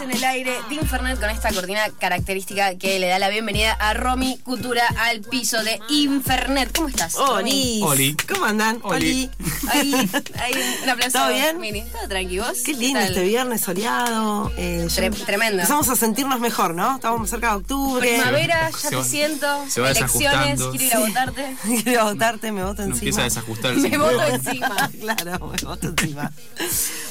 en el aire Tim Fernet con esta cortina característica que le da la bienvenida a Romy Cultura al piso de Infernet. ¿Cómo estás? Romy? Oli. Oli. ¿Cómo andan? Oli. Ahí, ahí, un aplauso. ¿Todo bien? Mini. Todo tranqui, ¿vos? Qué lindo tal? este viernes soleado. eh, ya Tre- tremendo. Empezamos a sentirnos mejor, ¿no? Estamos cerca de octubre. Primavera, Se ya te va- siento. se va Elecciones, desajustando. quiero ir a votarte. Quiero votarte, me voto No empieza encima. a desajustar el Me cinturón. voto encima. claro, me voto encima.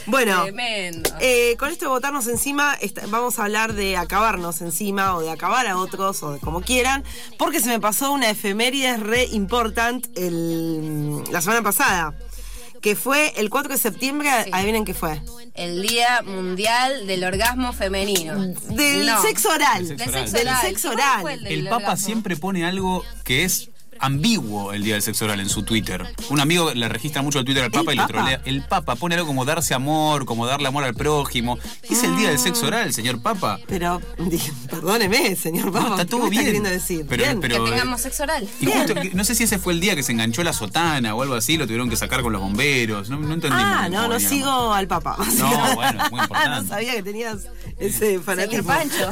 Bueno. Tremendo. eh, con esto de votarnos encima, esta- vamos a hablar de acabarnos encima o de acabar a otros o de como quieran, porque se me pasó una efeméride re important el- la semana pasada, que fue el 4 de septiembre, adivinen qué fue. El Día Mundial del Orgasmo Femenino. Del No. sexo oral. Del Del sexo Del oral. sexo ¿Cuál oral. fue el del El Papa orgasmo? siempre pone algo que es ambiguo el día del sexo oral en su Twitter. Un amigo le registra mucho el Twitter al Papa y le Papa? trolea. El Papa pone algo como darse amor, como darle amor al prójimo. Es el día del sexo oral, señor Papa. Pero, di- perdóneme, señor Papa, está ¿qué todo me está bien. queriendo decir? Pero- Bien. pero- Que tengamos sexo oral. eh. Y justo, que- no sé si ese fue el día que se enganchó la sotana o algo así, lo tuvieron que sacar con los bomberos. No, no entendí. muy ah, bien no, cómo no venía. sigo al Papa. ah, No, bueno, es muy importante. no sabía que tenías ese Señor fanatismo. Pancho.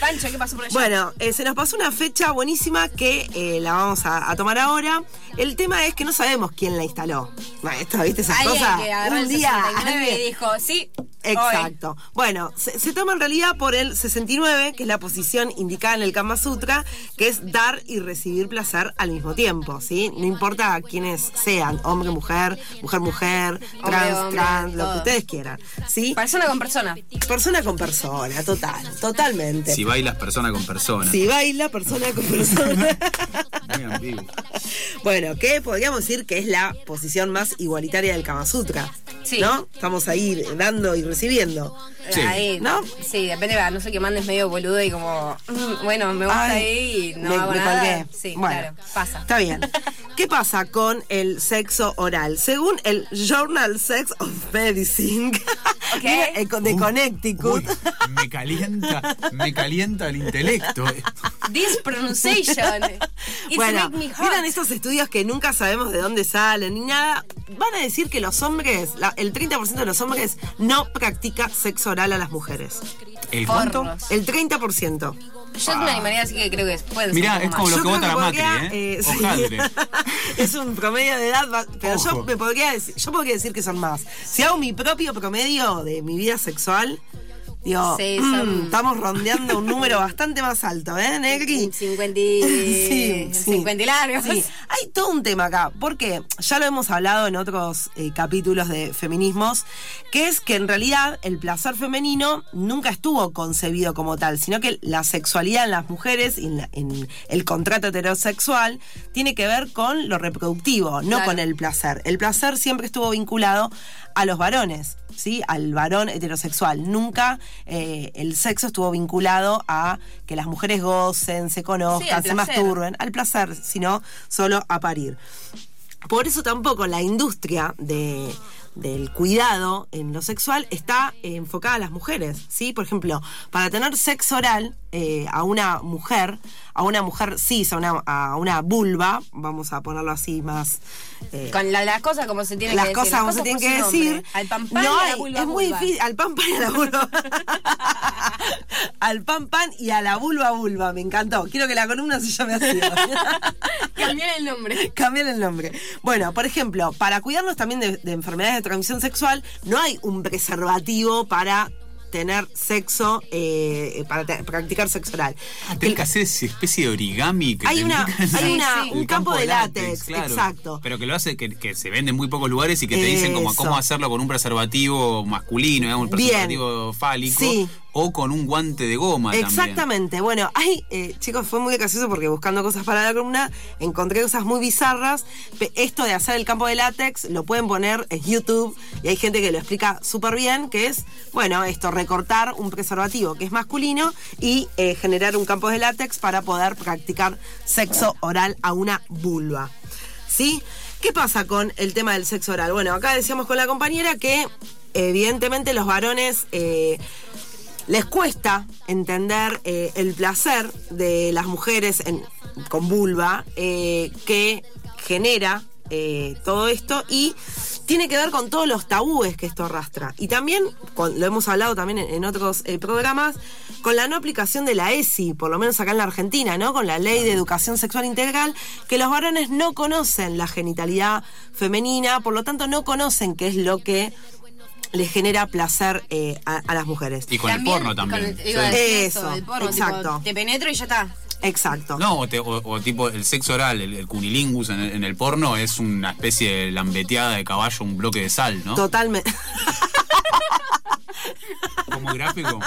Pancho, ¿qué pasó por allá? Bueno, eh, se nos pasó una fecha buenísima que eh, la vamos a, a tomar ahora. El tema es que no sabemos quién la instaló. Bueno, Esto, ¿viste esas Alguien cosas? que agarró Un el día. 69 alguien- y dijo, sí, hoy. Exacto. Bueno, se, se toma en realidad por el 69, que es la posición indicada en el Kama Sutra, que es dar y recibir placer al mismo tiempo, ¿sí? No importa quiénes sean, hombre, mujer, mujer, mujer, Hombre, trans, hombre, trans, lo todo. que ustedes quieran, ¿sí? Persona con persona. Persona con persona, total, totalmente. Si bailas persona con persona. Si baila persona con persona. Muy ambiguo. bueno, que podríamos decir que es la posición más igualitaria del Kama Sutra. Sí. ¿No? Estamos ahí dando y recibiendo. Sí. Ahí, ¿No? Sí, depende, va, no sé que mandes medio boludo y como, mm, bueno, me gusta Ay, ahí y no me- hago me nada. colgué. Sí, Bueno, claro, pasa. Está bien. ¿Qué pasa con el sexo oral? Según el Journal Sex of Medicine Ok. mira, eh, con- de Uh, Connecticut, Uy, me calienta, me calienta el intelecto. This pronunciation. It's bueno, make me hot. miran estos estudios que nunca sabemos de dónde salen ni nada. Van a decir que los hombres, la- el 30% de los hombres no practica sexo oral a las mujeres. ¿El Forros. cuánto? El 30%. Yo me animaría, así que creo que pueden ser Mirá, un poco más. Yo es como lo que creo vota la Macri, podría, ¿eh? eh, sí. Hojaldre. es un promedio de edad, va- pero yo Ojo. me podría decir, yo podría decir que son más. Si hago mi propio promedio de mi vida sexual, digo, Sí, mm, son- estamos rondeando un número bastante más alto, ¿eh, Negri? 50 y... 50 y largos. Sí. Hay todo un tema acá, porque ya lo hemos hablado en otros eh, capítulos de feminismos, que es que en realidad el placer femenino nunca estuvo concebido como tal, sino que la sexualidad en las mujeres y en, la- en el contrato heterosexual tiene que ver con lo reproductivo, no Claro. con el placer. El placer siempre estuvo vinculado a los varones. ¿Sí? al varón heterosexual. Nunca eh, el sexo estuvo vinculado a que las mujeres gocen, se conozcan Sí, al conozcan, se placer. masturben, al placer, sino solo a parir. Por eso tampoco la industria de- del cuidado en lo sexual está eh, enfocada a las mujeres, ¿sí? Por ejemplo, para tener sexo oral eh, a una mujer, a una mujer cis, a una, a una vulva, vamos a ponerlo así más... eh, Con la- las cosas como se tienen las que decir. cosas como se tienen por que su nombre. decir. Al pan pan No y a la hay, vulva Es muy vulva. difícil. Al pan pan y a la vulva. al pan pan y a la vulva vulva. Me encantó. Quiero que la columna se llame así. Cambiar el nombre. Cambian el nombre. Bueno, por ejemplo, para cuidarnos también de, de enfermedades de transmisión sexual, no hay un preservativo para tener sexo, eh, para te- practicar sexo oral. Tenés que hacer esa especie de origami que Hay te una- indican hay el- una- el un campo de látex, exacto. Pero que lo hace, que, que se vende en muy pocos lugares y que te dicen como Eso. cómo hacerlo con un preservativo masculino, ¿eh? un Bien. preservativo fálico. Sí. O con un guante de goma también. Exactamente. Bueno, hay, eh, chicos, fue muy gracioso porque buscando cosas para la columna encontré cosas muy bizarras. Pe- Esto de hacer el campo de látex lo pueden poner en YouTube y hay gente que lo explica súper bien, que es, bueno, esto, recortar un preservativo que es masculino y eh, generar un campo de látex para poder practicar sexo oral a una vulva. ¿Sí? ¿Qué pasa con el tema del sexo oral? Bueno, acá decíamos con la compañera que evidentemente los varones... eh, les cuesta entender eh, el placer de las mujeres en- con vulva eh, que genera eh, todo esto y tiene que ver con todos los tabúes que esto arrastra. Y también, con- lo hemos hablado también en, en otros eh, programas, con la no aplicación de la ESI, por lo menos acá en la Argentina, ¿no? Con la ley de educación sexual integral, que los varones no conocen la genitalidad femenina, por lo tanto no conocen qué es lo que les genera placer eh, a, a las mujeres. Y con el porno con también. el- iba a Sí. decir eso, Eso, el porno, exacto. tipo, te penetro y ya está. Exacto. No, o, te- o- o tipo el sexo oral, el, el cunilingus en el, en el porno es una especie de lambeteada de caballo, un bloque de sal, ¿no? Totalmente. Como gráfico.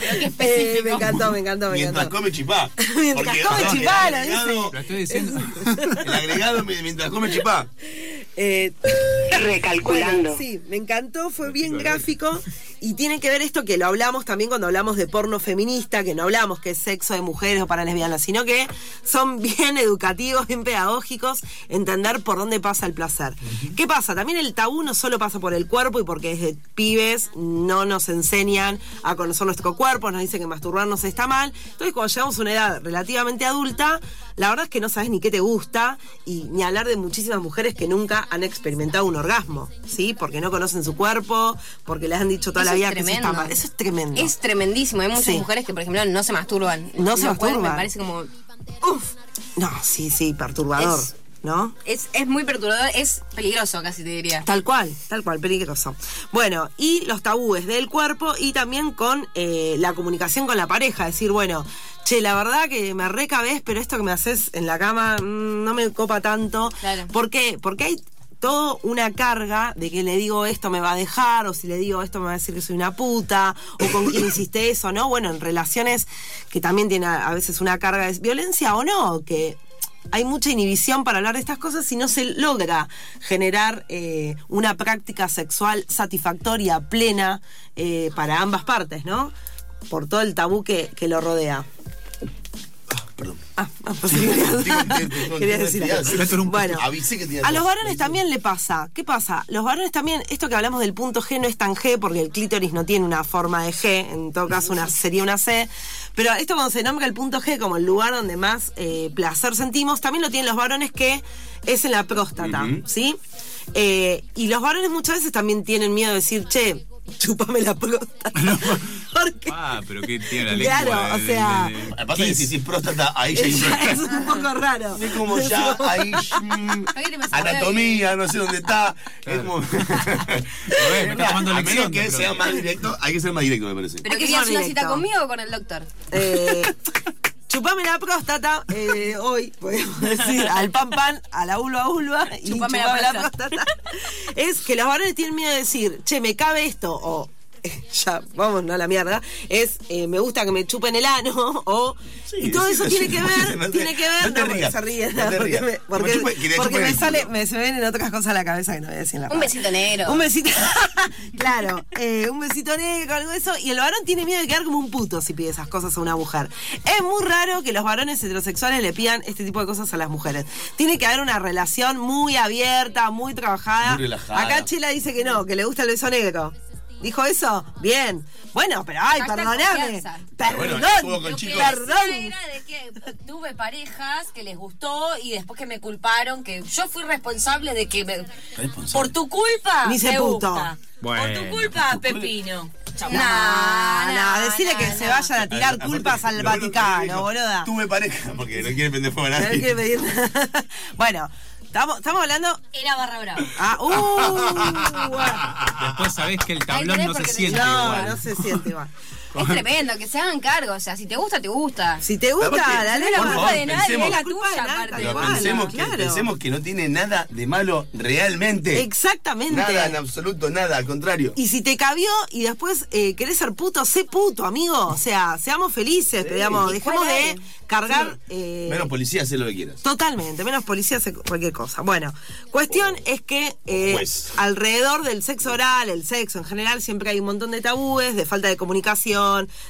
Eh, me encantó, me encantó, me Mientras encantó. come chipá. Mientras come el chipá, lo agregado- Lo estoy diciendo. El agregado mi- mientras come chipá. Eh, Recalculando. Bueno, sí, me encantó, fue bien gráfico. Y tiene que ver esto que lo hablamos también cuando hablamos de porno feminista, que no hablamos que es sexo de mujeres o para lesbianas, sino que son bien educativos, bien pedagógicos, entender por dónde pasa el placer. ¿Qué pasa? También el tabú no solo pasa por el cuerpo y porque desde pibes no nos enseñan a conocer nuestro cuerpo, nos dicen que masturbarnos está mal. Entonces, cuando llegamos a una edad relativamente adulta, la verdad es que no sabes ni qué te gusta y ni hablar de muchísimas mujeres que nunca han experimentado un orgasmo, ¿sí? Porque no conocen su cuerpo, porque les han dicho toda Eso la es vida que eso tremendo. está mal. Eso es tremendo. Es tremendísimo. Hay muchas Sí. mujeres que, por ejemplo, no se masturban. No se Lo cual masturban. Me parece como. Uf. No, sí, sí, perturbador, Es- ¿no? Es, es muy perturbador, es peligroso casi te diría. Tal cual, tal cual, peligroso. Bueno, y los tabúes del cuerpo y también con eh, la comunicación con la pareja. Decir, bueno, che, la verdad que me recabés, pero esto que me haces en la cama mm, no me copa tanto. Claro. ¿Por qué? Porque hay toda una carga de que le digo esto me va a dejar, o si le digo esto me va a decir que soy una puta, o con quién hiciste eso, ¿no? Bueno, en relaciones que también tiene a a veces una carga de violencia o no, que hay mucha inhibición para hablar de estas cosas si no se logra generar eh, una práctica sexual satisfactoria, plena, eh, para ambas partes, ¿no? Por todo el tabú que, que lo rodea. Perdón. Ah, ah, pues, digo, quería digo, decir digo, algo. digo, esto era un- Bueno, avisé que tenía a dos. los varones también le pasa. ¿Qué pasa? Los varones también, esto que hablamos del punto G no es tan G porque el clítoris no tiene una forma de G, en todo caso una, sería una C. Pero esto cuando se nombra el punto G como el lugar donde más eh, placer sentimos, también lo tienen los varones que es en la próstata, ¿sí? Eh, y los varones muchas veces también tienen miedo de decir, che, chupame la próstata. Porque- Ah, pero que tiene la lengua. Claro, o de- sea, de- de- Aparte que si si próstata, ahí ya hay un ya es problema. un poco raro. Es como ya hay mm, Ahí le pasa, anatomía, no sé dónde está. Es como. me está tomando a menos lección, que pero- sea más directo, hay que ser más directo, me parece. ¿Pero Hay que querías ser una directo. cita conmigo o con el doctor? Eh, chupame la próstata, eh, hoy podemos decir al pan pan, a la vulva vulva y Chupame chupame la la, próstata. Es que los varones tienen miedo de decir, che, me cabe esto, o eh, ya, vamos, no a la mierda, es eh, me gusta que me chupen el ano, o. y todo sí, eso sí, tiene sí, que no ver, te- tiene que no ver, te no, porque rías, se ríen, no te porque rías. me, Como porque, chupe- que le porque chupen me el sale, culo. me, se me vienen otras cosas a la cabeza que no voy a decir en la Un radio. besito negro. Un besito. claro, eh, un besito negro, algo de eso. Y el varón tiene miedo de quedar como un puto si pide esas cosas a una mujer. Es muy raro que los varones heterosexuales le pidan este tipo de cosas a las mujeres. Tiene que haber una relación muy abierta, muy trabajada. Muy relajada. Acá Chela dice que no, que le gusta el beso negro. ¿Dijo eso? Bien. Bueno, pero ay, Falta perdoname. confianza. Pero bueno, Perdón. el juego con Lo que chicos. perdón. decía era de que tuve parejas que les gustó y después que me culparon, que yo fui responsable de que me- por tu culpa Ni se me puto. gusta. Bueno, por tu culpa, Pepino. Chau. No, no, decirle que se vayan a tirar Aparte, culpas al lo bueno que Vaticano, dijo, boluda. Tuve pareja, porque no quiere prender fuego a No hay que nadie. pedir- bueno, estamos, estamos hablando. Era barra brava. Ah, uh, bueno. Después sabés que el Ahí tablón tenés no se porque te- siente No, igual. no se siente igual. Es tremendo, que se hagan cargo. O sea, si te gusta, te gusta. Si te gusta, Aparte, la ley por la favor, de nadie, pensemos. es la tuya, Culpa de nadie, aparte. tal Pero igual, pensemos, que, claro. pensemos que no tiene nada de malo realmente. Exactamente. Nada en absoluto, nada, al contrario. Y si te cabió y después eh, querés ser puto, sé puto, amigo. O sea, seamos felices, pero digamos, ¿Y cuál dejemos de hay? cargar. eh, Menos policía, haz lo que quieras. Totalmente, menos policía hace cualquier cosa. Bueno, cuestión es que eh, Juez. alrededor del sexo oral, el sexo en general, siempre hay un montón de tabúes, de falta de comunicación,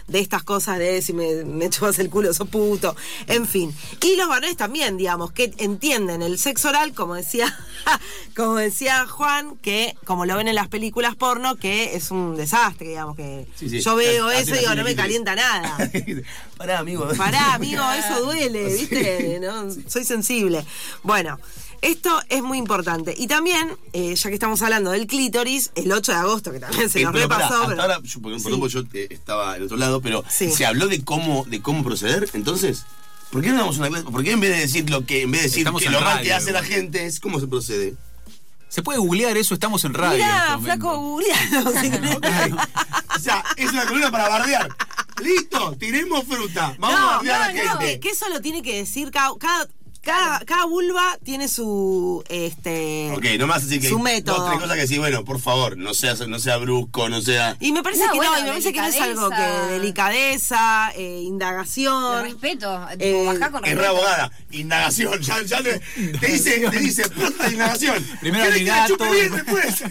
de estas cosas de si me, me chupas el culo, sos puto, en fin. Y los varones también, digamos, que entienden el sexo oral, como decía, como decía Juan, que como lo ven en las películas porno, que es un desastre, digamos, que Sí, sí. yo veo Hace eso y una digo, no me señal que calienta te- nada. Pará, amigo. Pará, amigo, eso duele, ¿viste? No, Soy sensible. Bueno, Esto es muy importante. Y también, eh, ya que estamos hablando del clítoris, el 8 de agosto, que también se Eh, nos pero pará, repasó. hasta pero- ahora, yo, perdón, Sí. perdón, porque yo eh, estaba en otro lado, pero Sí. se habló de cómo, de cómo proceder, entonces. ¿Por qué no damos una clase? ¿Por qué en vez de decir lo que, en vez de decir Estamos que en lo mal radio, que hace la igual. gente es cómo se procede? Se puede googlear eso, estamos en radio. en este Mirá, momento. flaco, googlealo, si Eh. querés. o sea, es una columna para bardear. Listo, tiremos fruta. Vamos a bardear a la no, gente. Eh, que, que eso lo tiene que decir cada. cada cada, cada vulva tiene su este Ok, no más así que su hay método. dos, tres cosas que sí, bueno, por favor, no sea, no sea brusco, no sea. Y me parece No, que no, bueno, y me parece que no es algo que delicadeza. delicadeza, eh, Con indagación. respeto, eh, Eh, bajá con Es re respeto. abogada. Indagación, ya, ya te, te dice, te dice, próstata de indagación. Primero ¿Querés el que la chupe gato. bien después?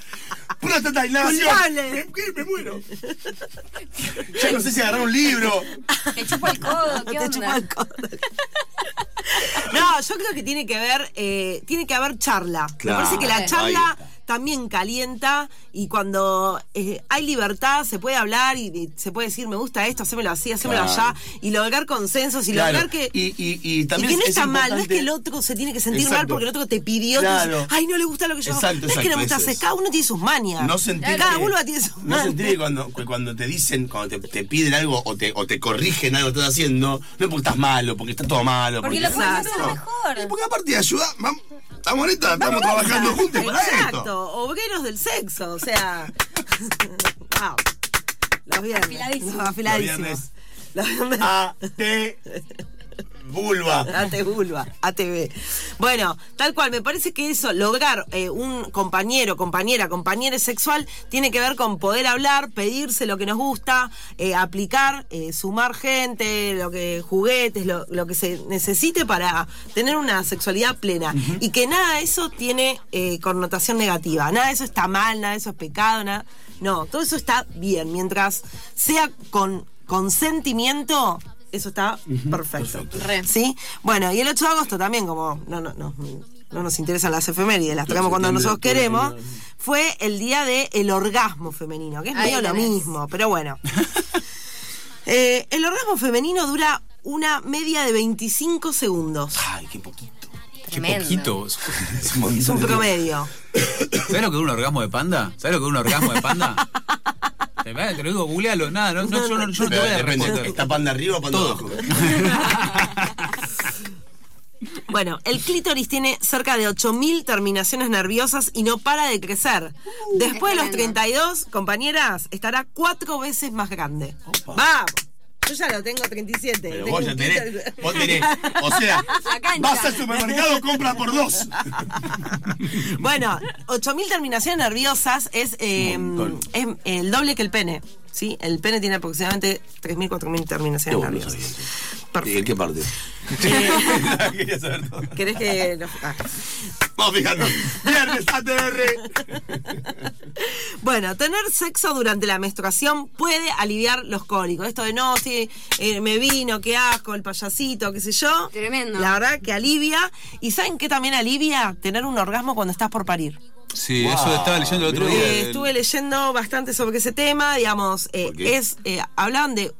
Próstata de indagación. Culpable. Me, que me muero. Ya no sé si agarrar un libro. Te chupo el codo, ¿qué Te chupa onda? el codo. No, yo creo que tiene que ver, eh, tiene que haber charla. Claro. Me parece que la Ahí charla está. también calienta y cuando eh, hay libertad se puede hablar y, y se puede decir me gusta esto, hacémelo así, hacémelo Claro. allá y lograr consensos y lograr que... y, y, y también y que no es está mal, no es que el importante- otro se tiene que sentir mal Exacto. porque el otro te pidió, te Claro. dice, ay, no le gusta lo que yo hago". Exacto, no es que exacto, no me gusta eso hacer, es. cada uno tiene sus manias. No sentir cada que- uno tiene sus No manias. sentir que cuando, cu- cuando te dicen, cuando te, te piden algo o te, o te corrigen algo que estás haciendo, no es porque estás malo, porque está todo malo. Porque lo puedes hacer No. mejor. Y porque aparte de ayudar, vamos, estamos en esta, estamos trabajando juntos para Exacto, esto. obreros del sexo, o sea. wow. Los viernes. Afiladísimos. Los afiladísimos. Los viernes. Los viernes. A, T, vulva. AT Vulva, ATV. Bueno, tal cual, me parece que eso, lograr eh, un compañero, compañera, compañera sexual, tiene que ver con poder hablar, pedirse lo que nos gusta, eh, aplicar, eh, sumar gente, lo que juguetes, lo, lo que se necesite para tener una sexualidad plena. Y que nada de eso tiene eh, connotación negativa, nada de eso está mal, nada de eso es pecado, nada. No, todo eso está bien, mientras sea con consentimiento, eso está perfecto. Re. ¿Sí? Bueno, y el 8 de agosto también, como no, no, no, no nos interesan las efemérides, las tocamos cuando septiembre, nosotros octubre, queremos, no. fue el día del orgasmo femenino, que es Ahí medio lo tenés. mismo, pero bueno. Eh, el orgasmo femenino dura una media de 25 segundos. Ay, qué poquito. Qué Tremendo. poquito. Es un montón Es un de- promedio. ¿Sabes lo que es un orgasmo de panda? ¿Sabes lo que es un orgasmo de panda? Te te lo digo, googlealo, nada, no, no, yo, no, yo no te Pero voy a depende, responder. ¿Está pan de arriba o pan de abajo? Bueno, el clítoris tiene cerca de 8.000 terminaciones nerviosas y no para de crecer. Después de los tremendo. 32, compañeras, estará cuatro veces más grande. Opa. ¡Vamos! Yo ya lo tengo 37. Pero tengo vos ya un tenés, clítoris. vos tenés, o sea, cancha. vas al supermercado, compra por dos. Bueno, 8.000 terminaciones nerviosas es, eh, Un montón. es el doble que el pene. ¿sí? El pene tiene aproximadamente 3.000, 4.000 terminaciones Qué bueno, nerviosas. sabía Perfecto. qué parte? Quería saber todo. ¿Querés que.? lo- ah. Vamos fijando. Viernes ATR. Bueno, tener sexo durante la menstruación puede aliviar los cólicos. Esto de no, sí, eh, me vino, qué asco, el payasito, qué sé yo. Tremendo. La verdad que alivia. ¿Y saben qué también alivia? Tener un orgasmo cuando estás por parir. Sí, Wow, eso estaba leyendo el otro mirá. día. Eh, del- estuve leyendo bastante sobre ese tema, digamos, eh, ¿Por qué? es eh, hablaban de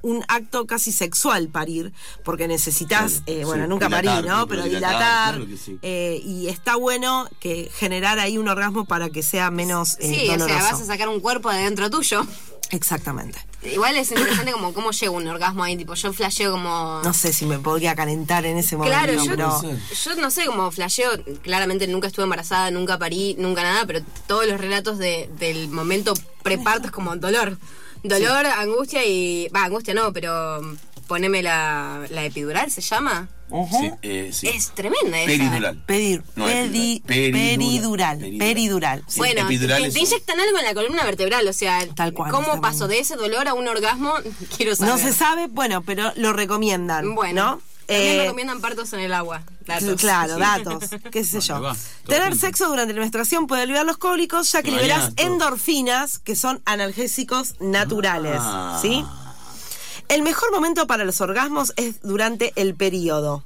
un acto casi sexual parir, porque necesitas, Claro, eh, sí, bueno, nunca dilatar, parir, ¿no? Pero dilatar, claro que sí. eh, y está bueno que generar ahí un orgasmo para que sea menos eh, Sí, o doloroso. sea, vas a sacar un cuerpo de dentro tuyo. Exactamente. Igual es interesante como cómo llega un orgasmo ahí, tipo, yo flasheo como... No sé si me podría calentar en ese momento, Claro, yo, pero yo no sé, como flasheo, claramente nunca estuve embarazada, nunca parí, nunca nada, pero todos los relatos de- del momento preparto es como dolor. Dolor, angustia y... Va, angustia no, pero poneme la, la epidural, ¿se llama? Sí, eh, sí. Es tremenda esa. Peridural. pedir No, pedi- epidural. peridural, Peridural. peridural. Sí, Bueno, te, epidural te es- inyectan algo en la columna vertebral, o sea, Tal cual, ¿cómo está paso bueno. de ese dolor a un orgasmo? Quiero saber. No se sabe, bueno, pero lo recomiendan, Bueno, ¿no? también Eh, recomiendan partos en el agua. Cl- Datos. Claro, datos, qué sé Ahí yo. va, todo Tener junto. sexo durante la menstruación puede aliviar los cólicos, ya que Mañana, liberas todo. endorfinas, que son analgésicos naturales, Ah. ¿sí? El mejor momento para los orgasmos es durante el periodo.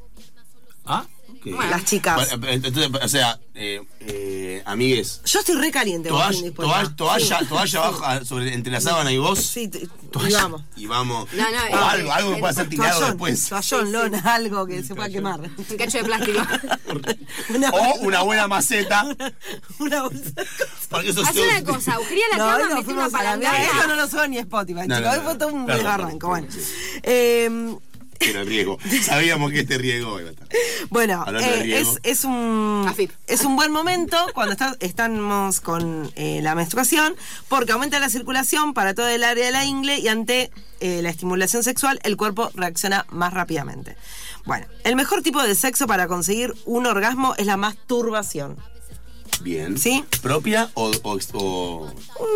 Ah, ok. que- Bueno. Las chicas. Bueno, Entonces, o sea, eh, eh, amigues, Yo estoy re caliente. vos, toalla, Cindy, por toalla, acá. toalla, Sí. toalla baja sobre, entre la sábana y vos. Sí, t- y Toalla. vamos. Y vamos. No, no, o eh, algo, algo que pueda ser tirado Toallón, después. toallón, lona, algo que se pueda quemar. Un cacho de plástico. Una, O una buena maceta. una bolsa. Porque eso Haz se- una cosa, agujería la No, cama, hoy nos metí una fuimos a la mierda. Esto no palangana. lo subo ni Spotify, No, chicos. no, Hoy no, fue todo un claro, desbarranco. Bueno. perdón, sí. Eh, Pero el riego. Sabíamos que este riego iba a estar. Bueno, Hablando de eh, riego. es, es un Afip. es un buen momento cuando está- estamos con eh, la menstruación, porque aumenta la circulación para todo el área de la ingle y ante eh, la estimulación sexual el cuerpo reacciona más rápidamente. Bueno, el mejor tipo de sexo para conseguir un orgasmo es la masturbación. Bien. Sí. ¿Propia o, o, o-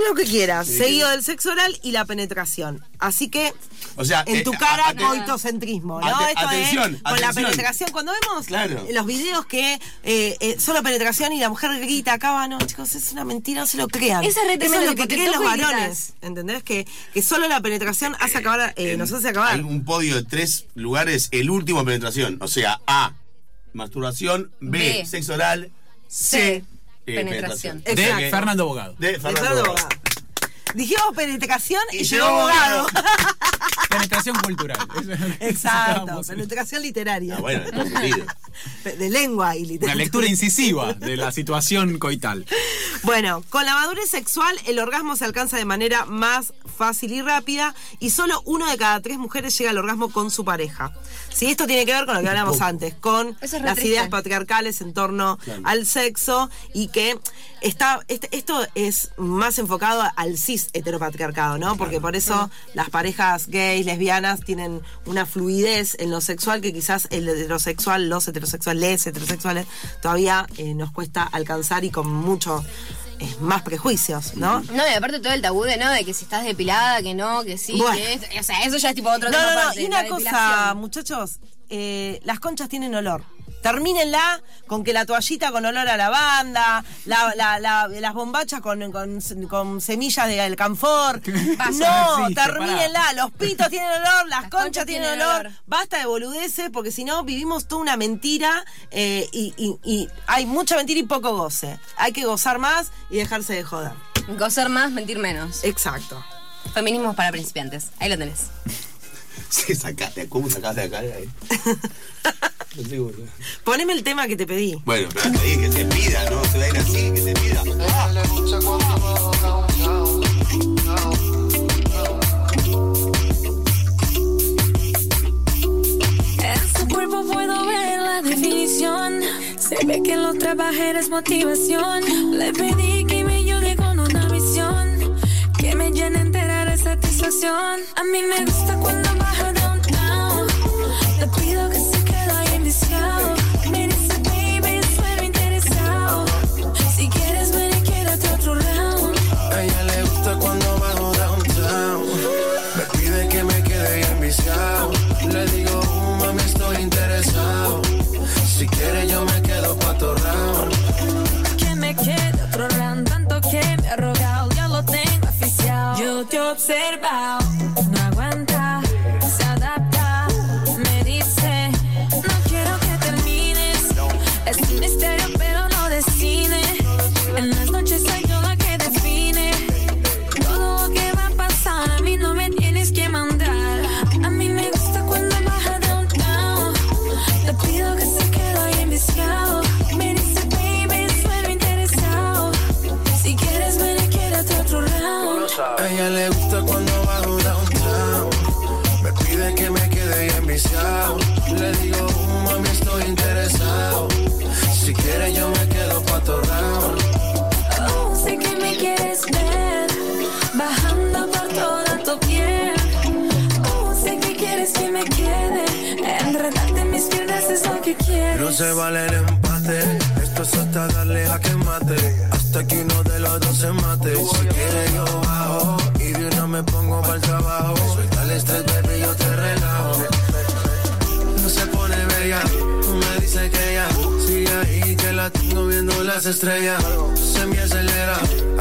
Lo que quieras, seguido del sexo oral y la penetración. Así que, O sea, en eh, tu cara, a- aten- coitocentrismo, ¿no? Ate- Esto es atención, con la atención. penetración. Cuando vemos Claro. los videos que eh, eh, solo penetración y la mujer grita, acaba, no, chicos, es una mentira, no se lo crean. Esa es re Eso tremendo, es lo tipo, que te creen los toco y gritas. varones. ¿Entendés? Que, que solo la penetración hace acabar, eh, en- nos hace acabar. Hay un podio de tres lugares, el último penetración. O sea, A, masturbación, B, B, sexo oral, C, eh, penetración. penetración. De Exacto. Fernando Bogado. De Fernando. Fernando Abogado. Abogado. Dijimos "Oh, penetración y, Y llegó llegó abogado. Penetración cultural. Eso es lo que Exacto, necesitábamos. penetración literaria. Ah, bueno, está entendido. de lengua y literatura. Una lectura incisiva de la situación coital. Bueno, con la madurez sexual el orgasmo se alcanza de manera más fácil y rápida y solo uno de cada tres mujeres llega al orgasmo con su pareja. Si esto tiene que ver con lo que hablamos antes, con Eso es re las triste. ideas patriarcales en torno al sexo y que está este- esto es más enfocado al cis heteropatriarcado, ¿no? Porque por eso las parejas gays, lesbianas tienen una fluidez en lo sexual que quizás el heterosexual, los heterosexuales, heterosexuales todavía eh, nos cuesta alcanzar y con mucho eh, más prejuicios, ¿no? No, y aparte todo el tabú de no, de que si estás depilada, que no, que sí, Bueno. que es- O sea, eso ya es tipo otro No, tema no, no. aparte, Y una la cosa, depilación. muchachos, eh, las conchas tienen olor. Termínenla con que la toallita con olor a lavanda, la, la- la- las bombachas con, con- con semillas de alcanfor. Basta, no No, existe, termínenla. pará. Los pitos tienen olor, las, Las conchas, conchas tienen, tienen olor. olor. Basta de boludeces, porque si no vivimos toda una mentira eh, y, y- y hay mucha mentira y poco goce. Hay que gozar más y dejarse de joder. Gozar más, mentir menos. Exacto. Feminismos para principiantes. Ahí lo tenés. Sí, sacaste, ¿cómo sacaste acá? eh? No sé, boludo. Poneme el tema que te pedí. Bueno, pero te dije que te pida, ¿no? Se va a ir así, que te pida. En su cuerpo puedo ver la definición. Se ve que lo trabajé, es motivación. Le pedí que me ayude con una visión. Que me llene entera de satisfacción. A mí me gusta cuando baja downtown. Le pido que se quede ahí enviciado. Me dice, baby, suena interesado. Si quieres, ven y quédate otro round. A ella le gusta cuando bajo downtown. Me pide que me quede bien viciado. Le digo, "Uh, mami, estoy interesado. Si quieres, yo me quedo pa' tu round. que me quede otro round Tanto que me ha rogado, ya lo tengo aficiado Yo te he observado, no aguanta, se adapta Me dice, no quiero que termines Es un misterio pero no decide En las noches soy yo la que define Todo lo que va a pasar, a mí no me tienes que mandar A mí me gusta cuando baja downtown Le pido que se quede ahí enviciado Me dice, baby, suelo interesado Si quieres, ven y quédate otro round A ella le gusta cuando bajo downtown. Me pide que me quede bien viciado. Le digo, "Uh, mami, estoy interesado. Si quieres, yo me quedo pa' tu round. Oh, sé que me quieres ver Bajando por toda tu piel Oh, sé que quieres que me quede Enredarte en mis piernas es lo que quieres No se vale el empate, esto es hasta darle a que mate, hasta que uno de los dos se mate. Si quieres yo bajo y de una me pongo para el trabajo. Suelta el estrés, baby, yo te relajo. No se pone bella, me dice que ya sigue ahí, que la tengo viendo las estrellas. Se me acelera,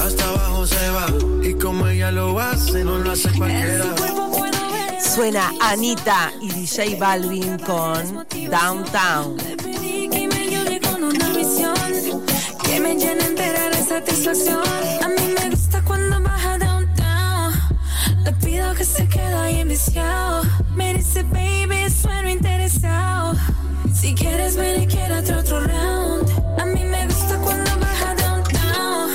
hasta abajo se va y como ella lo hace, no lo hace En su cualquiera. cuerpo puedo ver Suena Anita y DJ Balvin con Downtown. Le pedí que me que me llena entera de satisfacción. A mí me gusta cuando baja downtown. Le pido que se quede ahí enviciado. Me dice, baby, sueno interesado. Si quieres, ven y quédate otro round. A mí me gusta cuando baja downtown.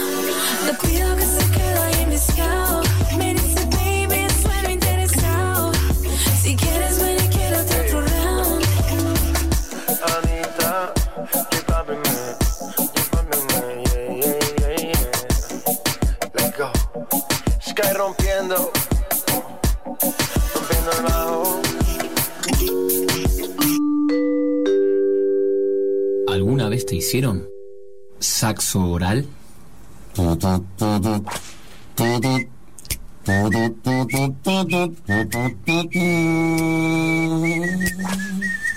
Le pido que se quede ahí enviciado. Me dice, baby, sueno interesado. Si quieres, ven y quédate otro round. Anita, llévame, llévame, yeah, yeah, yeah, yeah. Let's go. Sky rompiendo, rompiendo el bajo. ¿Alguna vez te hicieron saxo oral?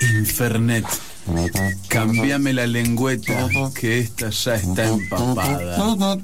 Infernet. Cambiame la lengüeta, que esta ya está empapada.